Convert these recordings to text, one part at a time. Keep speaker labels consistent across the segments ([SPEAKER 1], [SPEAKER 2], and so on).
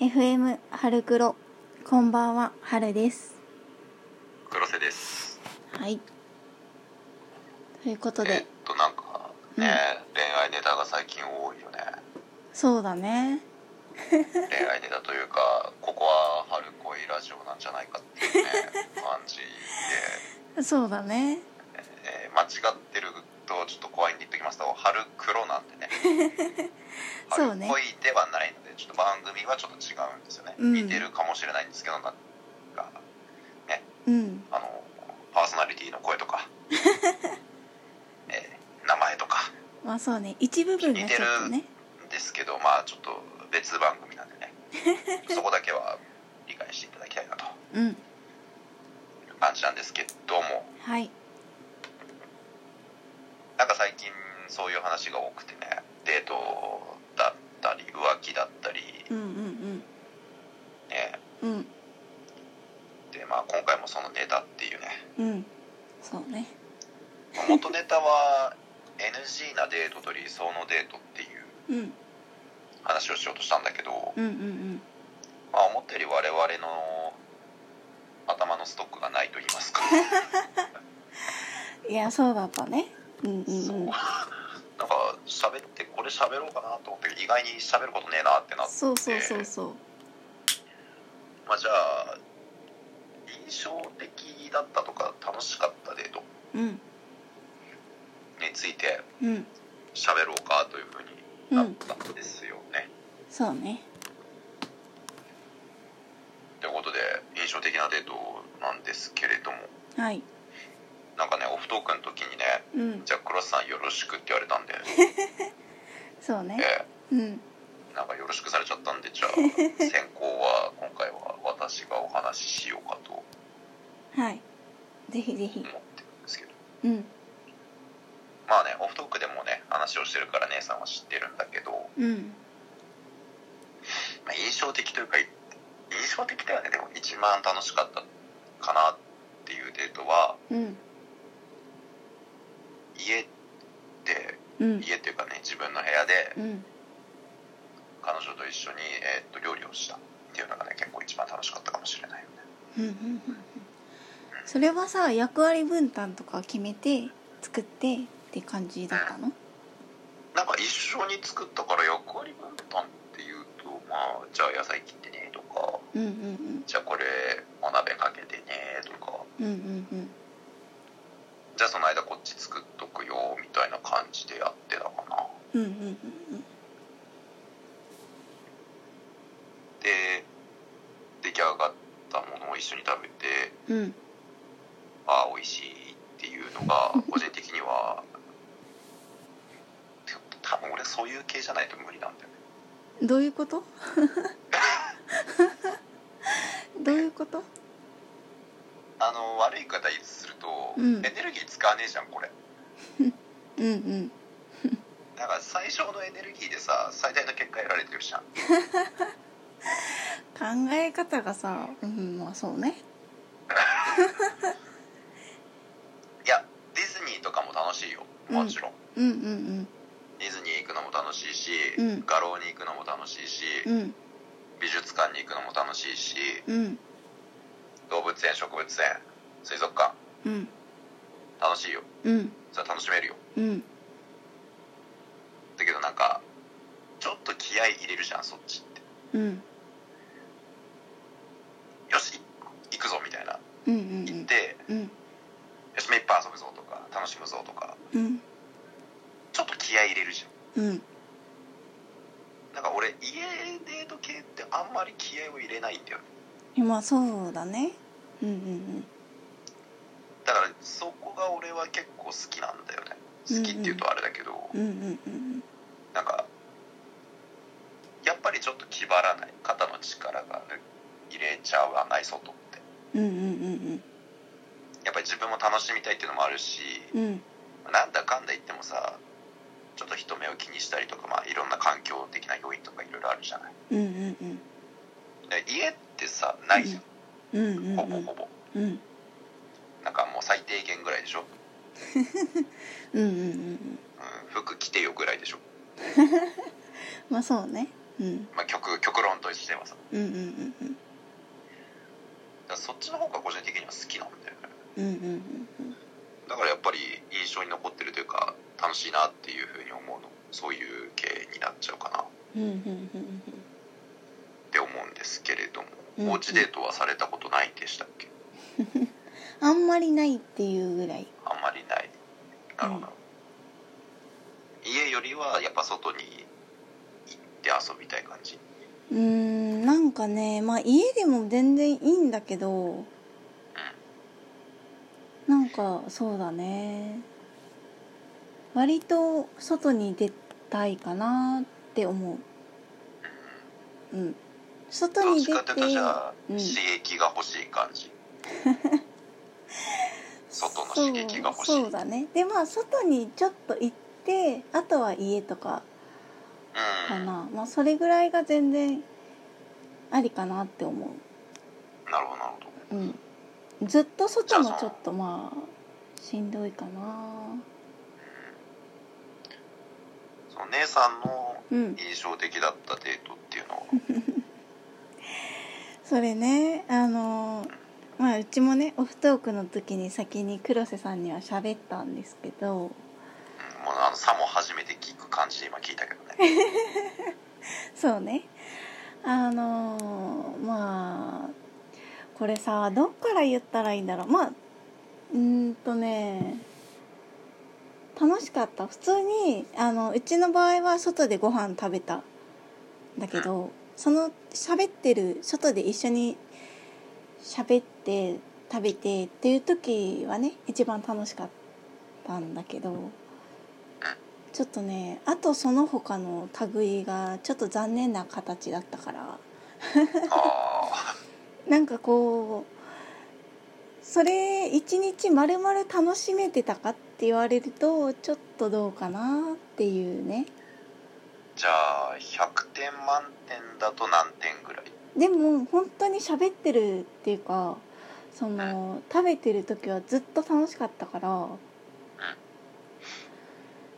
[SPEAKER 1] FM 春黒こんばんは春です
[SPEAKER 2] 黒瀬です
[SPEAKER 1] はいということ
[SPEAKER 2] え
[SPEAKER 1] で
[SPEAKER 2] っとなんかね、恋愛ネタが最近多いよね
[SPEAKER 1] そうだね
[SPEAKER 2] 恋愛ネタというかここは春恋ラジオなんじゃないかっていう ね感じで、
[SPEAKER 1] そうだね
[SPEAKER 2] えー間違ってるとちょっと怖いんで言っときますと春黒なんでね
[SPEAKER 1] そうね
[SPEAKER 2] 春恋ではないのでちょっと番組はちょっと違うんですよね、
[SPEAKER 1] うん
[SPEAKER 2] 似てるかもしれないんですけどなんか
[SPEAKER 1] うん
[SPEAKER 2] あのパーソナリティの声と か、えー名前とか
[SPEAKER 1] まあそうね一部分がちょっとね
[SPEAKER 2] ですけどまあちょっと別番組なんでねそこだけは理解していただきたいなと
[SPEAKER 1] うん
[SPEAKER 2] いう感じなんですけども
[SPEAKER 1] はい
[SPEAKER 2] なんか最近そういう話が多くてねデートだったり浮気だったり、
[SPEAKER 1] うんうん
[SPEAKER 2] ね、
[SPEAKER 1] うんうん
[SPEAKER 2] でまあ今回もそのネタっていうね
[SPEAKER 1] うんそうね
[SPEAKER 2] まあ元ネタは NG なデートと理想のデートっていう
[SPEAKER 1] うん
[SPEAKER 2] 話をしようとしたんだけど、
[SPEAKER 1] うんうん
[SPEAKER 2] まあ、思ったより我々の頭のストックがないと言いますか。
[SPEAKER 1] うんいやそうだったねうんうん
[SPEAKER 2] そう
[SPEAKER 1] うん
[SPEAKER 2] なんか喋ってこれ喋ろうかなと思って意外に喋ることねえなってなって、
[SPEAKER 1] そうそうそうそ
[SPEAKER 2] まあ、じゃあ印象的だったとか楽しかったデート
[SPEAKER 1] ううん
[SPEAKER 2] について
[SPEAKER 1] うん
[SPEAKER 2] 喋ろうかというふうになったんですよね。
[SPEAKER 1] そうね
[SPEAKER 2] ということで印象的なデートなんですけれども
[SPEAKER 1] はい
[SPEAKER 2] なんかねオフトークの時に
[SPEAKER 1] う
[SPEAKER 2] ね
[SPEAKER 1] ん
[SPEAKER 2] 「じゃあ黒瀬さんよろしく」って言われたんで、
[SPEAKER 1] そうね
[SPEAKER 2] え
[SPEAKER 1] うん
[SPEAKER 2] えなんかよろしくされちゃったんで じゃあ先行は今回は私がお話ししようかと思
[SPEAKER 1] はいぜひぜひ
[SPEAKER 2] ってるんですけど。
[SPEAKER 1] うん
[SPEAKER 2] まあね、オフトークでもね、話をしてるから姉さんは知ってるんだけど、
[SPEAKER 1] うん
[SPEAKER 2] まあ、印象的というか、い印象的だよね、でも一番楽しかったかなっていうデートは、
[SPEAKER 1] うん
[SPEAKER 2] 家で、
[SPEAKER 1] うん
[SPEAKER 2] 家っていうかね、自分の部屋で
[SPEAKER 1] うん
[SPEAKER 2] 彼女と一緒に、えーっと料理をしたっていうのがね、結構一番楽しかったかもしれないよね。
[SPEAKER 1] うんうんうんうんそれはさ役割分担とか決めて作ってって感じだったの
[SPEAKER 2] なんか一緒に作ったから役割分担っていうと、まあ、じゃあ野菜切ってねとか、
[SPEAKER 1] うんうん
[SPEAKER 2] じゃあこれお鍋かけてねとか、
[SPEAKER 1] うんうんうん
[SPEAKER 2] じゃあその間こっち作っとくよみたいな感じでやってたかな
[SPEAKER 1] うんうんうんうん
[SPEAKER 2] で出来上がったものを一緒に食べて
[SPEAKER 1] うんうん
[SPEAKER 2] ああ美味しいっていうの が個人的にはてか多分俺そういう系じゃないと無理なんだよね
[SPEAKER 1] どういうことどういうこと
[SPEAKER 2] あの悪い言い方すると、
[SPEAKER 1] うん
[SPEAKER 2] エネルギー使わねえじゃんこれ
[SPEAKER 1] うんうん
[SPEAKER 2] だから最小のエネルギーでさ最大の結果得られてるじゃん
[SPEAKER 1] 考え方がさうんまあそうね
[SPEAKER 2] いやディズニーとかも楽しいよもちろん、
[SPEAKER 1] うんうん
[SPEAKER 2] ディズニー行くのも楽しいし、
[SPEAKER 1] うん
[SPEAKER 2] 画廊に行くのも楽しいし、
[SPEAKER 1] うんうん
[SPEAKER 2] 美術館に行くのも楽しいし
[SPEAKER 1] うん
[SPEAKER 2] 動物園植物園水族館
[SPEAKER 1] うん
[SPEAKER 2] 楽しいよ
[SPEAKER 1] うん
[SPEAKER 2] それは楽しめるよ
[SPEAKER 1] うん
[SPEAKER 2] だけどなんかちょっと気合い入れるじゃんそっちって
[SPEAKER 1] うん
[SPEAKER 2] よし行くぞみたいな
[SPEAKER 1] うんう
[SPEAKER 2] 行っ
[SPEAKER 1] ん
[SPEAKER 2] て、
[SPEAKER 1] うん
[SPEAKER 2] よし目いっぱい遊ぶぞとか楽しむぞとか
[SPEAKER 1] うん
[SPEAKER 2] ちょっと気合い入れるじゃ
[SPEAKER 1] うん
[SPEAKER 2] んなんか俺家デート系ってあんまり気合を入れないんだよね
[SPEAKER 1] 今そうだねうんうん
[SPEAKER 2] だからそこが俺は結構好きなんだよね好きっていうとあれだけど、
[SPEAKER 1] うんうんうんうん
[SPEAKER 2] なんかやっぱりちょっと気張らない肩の力が抜入れちゃわない外って
[SPEAKER 1] うんうんうん
[SPEAKER 2] やっぱり自分も楽しみたいっていうのもあるし
[SPEAKER 1] うんうん
[SPEAKER 2] なんだかんだ言ってもさちょっと人目を気にしたりとか、まあ、いろんな環境的な要因とかいろいろあるじゃない
[SPEAKER 1] うんうんうん
[SPEAKER 2] で家ってさないじゃ
[SPEAKER 1] うんうん
[SPEAKER 2] ん
[SPEAKER 1] う
[SPEAKER 2] ほぼ
[SPEAKER 1] ん
[SPEAKER 2] ほぼ
[SPEAKER 1] うん
[SPEAKER 2] なんかもう最低限ぐらいでしょ、
[SPEAKER 1] うんうんうんうん
[SPEAKER 2] うん、服着てよぐらいでしょ
[SPEAKER 1] まあそうねうん
[SPEAKER 2] まあ、極極論としてはさだか
[SPEAKER 1] うんうんうんうん
[SPEAKER 2] らそっちの方が個人的には好きなんだよね
[SPEAKER 1] うんうんうんうん
[SPEAKER 2] だからやっぱり印象に残ってるというか楽しいなっていうふうに思うのそういう系になっちゃうかなっ
[SPEAKER 1] うんうんうんうん
[SPEAKER 2] て思うんですけれども、
[SPEAKER 1] うんうん
[SPEAKER 2] おうちデートはされたことないんでしたっけ
[SPEAKER 1] あんまりないっていうぐらい
[SPEAKER 2] あんまりないなるほど、家よりはやっぱ外に行って遊びたい感じ
[SPEAKER 1] うーんなんかねまあ家でも全然いいんだけどなんかそうだね割と外に出たいかなって思ううん外
[SPEAKER 2] どっ
[SPEAKER 1] に
[SPEAKER 2] ち
[SPEAKER 1] 出
[SPEAKER 2] かと
[SPEAKER 1] て
[SPEAKER 2] いうとじゃあ、
[SPEAKER 1] うん
[SPEAKER 2] 刺激が欲しい感じ外の刺激が欲しい
[SPEAKER 1] そうそうだねでまあ外にちょっと行ってあとは家とか
[SPEAKER 2] う
[SPEAKER 1] か
[SPEAKER 2] ん
[SPEAKER 1] な、まあそれぐらいが全然ありかなって思う
[SPEAKER 2] なるほどなるほど
[SPEAKER 1] うん、ずっと外
[SPEAKER 2] じゃ
[SPEAKER 1] も
[SPEAKER 2] あ
[SPEAKER 1] ち
[SPEAKER 2] そ
[SPEAKER 1] ょ
[SPEAKER 2] の
[SPEAKER 1] っとまあしんどいかな
[SPEAKER 2] その姉さんの
[SPEAKER 1] うん
[SPEAKER 2] 印象的だったデートっていう のは
[SPEAKER 1] それねあのまあうちもねオフトークの時に先に黒瀬さんには喋ったんですけど
[SPEAKER 2] うんもうあのさも初めて聞く感じで今聞いたけどね
[SPEAKER 1] そうねあのまあこれさどっから言ったらいいんだろうまあうーんとね楽しかった普通にあのうちの場合は外でご飯食べたんだけどその喋ってる外で一緒に喋って食べてっていう時はね一番楽しかったんだけどちょっとねあとその他の類がちょっと残念な形だったから
[SPEAKER 2] あ
[SPEAKER 1] なんかこうそれ一日まるまる楽しめてたかって言われるとちょっとどうかなっていうね
[SPEAKER 2] ーじゃあ100点満点だと何点ぐらい
[SPEAKER 1] でも本当に喋ってるっていうかその食べてる時はずっと楽しかったから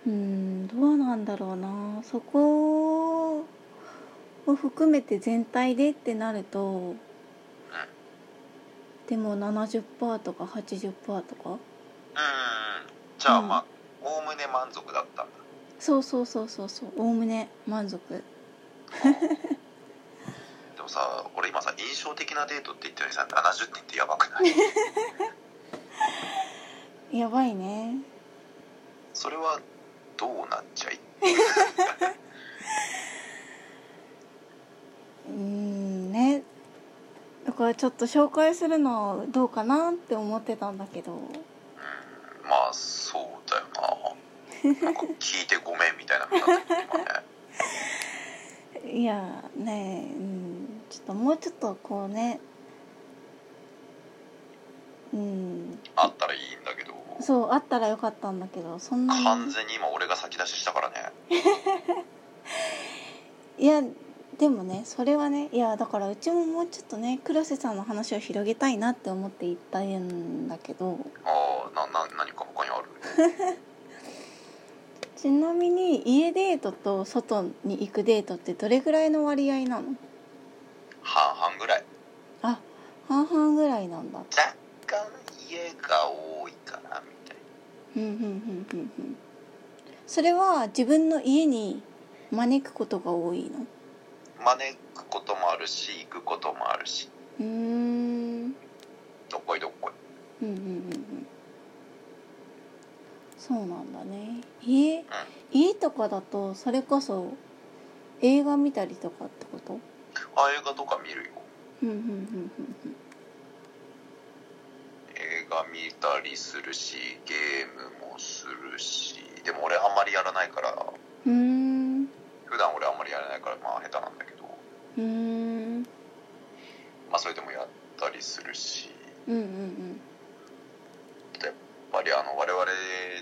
[SPEAKER 1] うんどうなんだろうなそこを含めて全体でってなるとでも70%とか80%とか
[SPEAKER 2] うんじゃあ
[SPEAKER 1] うん
[SPEAKER 2] まあおおむね満足だったんだ
[SPEAKER 1] そうそうそうそうそうおおむね満足
[SPEAKER 2] でもさ俺今さ印象的なデートって言ったのにさ70点ってやばくな い
[SPEAKER 1] やばいね
[SPEAKER 2] それはどうなっちゃいう
[SPEAKER 1] ーんねだからちょっと紹介するのどうかなって思ってたんだけど
[SPEAKER 2] うんまあそうだよななんか聞いてごめんみたいな感じだったけど今ね
[SPEAKER 1] いやねうんちょっともうちょっとこうねうん
[SPEAKER 2] あったらいいんだけど
[SPEAKER 1] そうあったらよかったんだけどそんなに
[SPEAKER 2] 完全に今俺が先出ししたからね
[SPEAKER 1] いやでもねそれはねいやだからうちももうちょっとね黒瀬さんの話を広げたいなって思って言ったんだけど
[SPEAKER 2] ああなな何か他にある
[SPEAKER 1] ちなみに家デートと外に行くデートってどれぐらいの割合なの
[SPEAKER 2] 半々ぐらい
[SPEAKER 1] あ半々ぐらいなんだ
[SPEAKER 2] 若干家が多いかなみたい
[SPEAKER 1] うんうんうんうんうんそれは自分の家に招くことが多いの
[SPEAKER 2] な招くこともあるし行くこともあるし
[SPEAKER 1] うーん
[SPEAKER 2] どっこいどっこい
[SPEAKER 1] うんうんうんうんそうなんだね家家とかだとそれこそ映画見たりとかってこと
[SPEAKER 2] あ映画とか見るよ
[SPEAKER 1] うんうんうんうんうん
[SPEAKER 2] 映画見たりするしゲームもするしでも俺あんまりやらないから
[SPEAKER 1] うーん
[SPEAKER 2] 普段俺あんまりやらないからまあ下手なんだけど
[SPEAKER 1] うーん
[SPEAKER 2] まあそれでもやったりするし
[SPEAKER 1] うんうんうん
[SPEAKER 2] やっぱりあの我々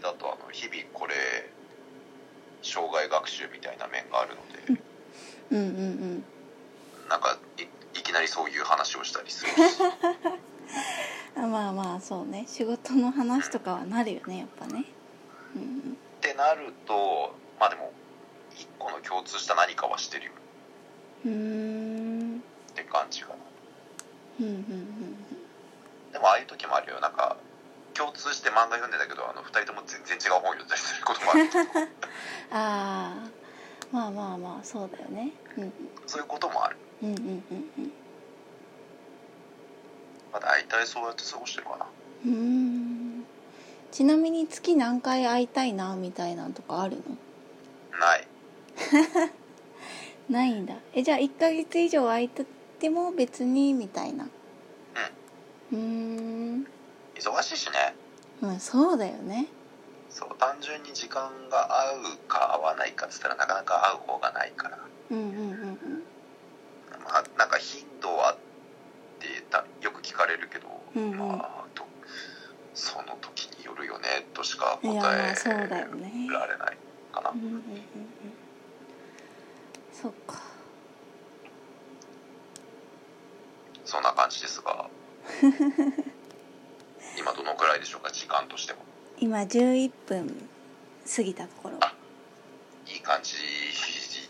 [SPEAKER 2] だとあの日々これ障害学習みたいな面があるので
[SPEAKER 1] うんうんうん
[SPEAKER 2] なんかいいきなりそういう話をしたりするし
[SPEAKER 1] あまあまあそうね仕事の話とかはなるよねやっぱねうん
[SPEAKER 2] ってなるとまあでも一個の共通した何かはしてるよ
[SPEAKER 1] うーん
[SPEAKER 2] て感じかな
[SPEAKER 1] うんうんうん
[SPEAKER 2] でもああいう時もあるよなんか共通して漫画読んでたけどあの2人とも全然違う本読んだりすることもある
[SPEAKER 1] ああまあまあまあそうだよねうん
[SPEAKER 2] そういうこともある
[SPEAKER 1] うんうんうん
[SPEAKER 2] まあ大体そうやって過ごしてるかな
[SPEAKER 1] うんうんちなみに月何回会いたいなみたいなんとかあるの
[SPEAKER 2] ない
[SPEAKER 1] ないんだえじゃあ1ヶ月以上空いてても別にみたいなうーん
[SPEAKER 2] 忙しいしね
[SPEAKER 1] うんそうだよね
[SPEAKER 2] そう単純に時間が合うか合わないかっつったらなかなか合う方がないから
[SPEAKER 1] うんうんうん
[SPEAKER 2] まあなんか頻度はってたよく聞かれるけど、
[SPEAKER 1] うんうん
[SPEAKER 2] まあとその時によるよねとしか
[SPEAKER 1] うんい
[SPEAKER 2] 答
[SPEAKER 1] やま
[SPEAKER 2] え
[SPEAKER 1] あそうだよね
[SPEAKER 2] られないかな、
[SPEAKER 1] うんうんうんうんそっか
[SPEAKER 2] そんな感じですが 今どのくらいでしょうか時間としても
[SPEAKER 1] 今11分過ぎたところ
[SPEAKER 2] いい感じ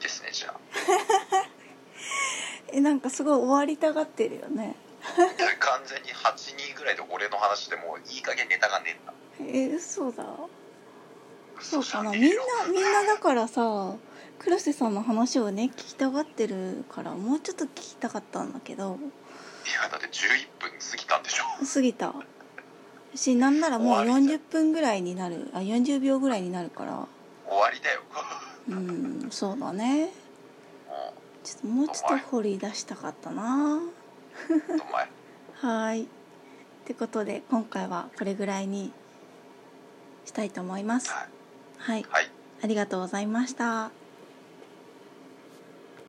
[SPEAKER 2] ですねじ ゃあ
[SPEAKER 1] えなんかすごい終わりたがってるよね
[SPEAKER 2] いや完全に8人ぐらいで俺の話でもういい加減ネタがねえんだ
[SPEAKER 1] えそうだそうかな
[SPEAKER 2] 嘘
[SPEAKER 1] み
[SPEAKER 2] じ
[SPEAKER 1] ん
[SPEAKER 2] ゃ
[SPEAKER 1] な
[SPEAKER 2] ねえよ
[SPEAKER 1] みんなだからさ黒瀬さんの話をね聞きたがってるからもうちょっと聞きたかったんだけど
[SPEAKER 2] いやだって11分過ぎたんでしょ
[SPEAKER 1] 過ぎたしなんならもう
[SPEAKER 2] 終わりだ
[SPEAKER 1] 40分ぐらいになるあ40秒ぐらいになるから
[SPEAKER 2] 終わりだよ
[SPEAKER 1] うんそうだね
[SPEAKER 2] も
[SPEAKER 1] ちょっともうちょっと掘り出したかったな
[SPEAKER 2] うお前
[SPEAKER 1] はいってことで今回はこれぐらいにしたいと思います
[SPEAKER 2] はい
[SPEAKER 1] はい
[SPEAKER 2] はい
[SPEAKER 1] ありがとうございました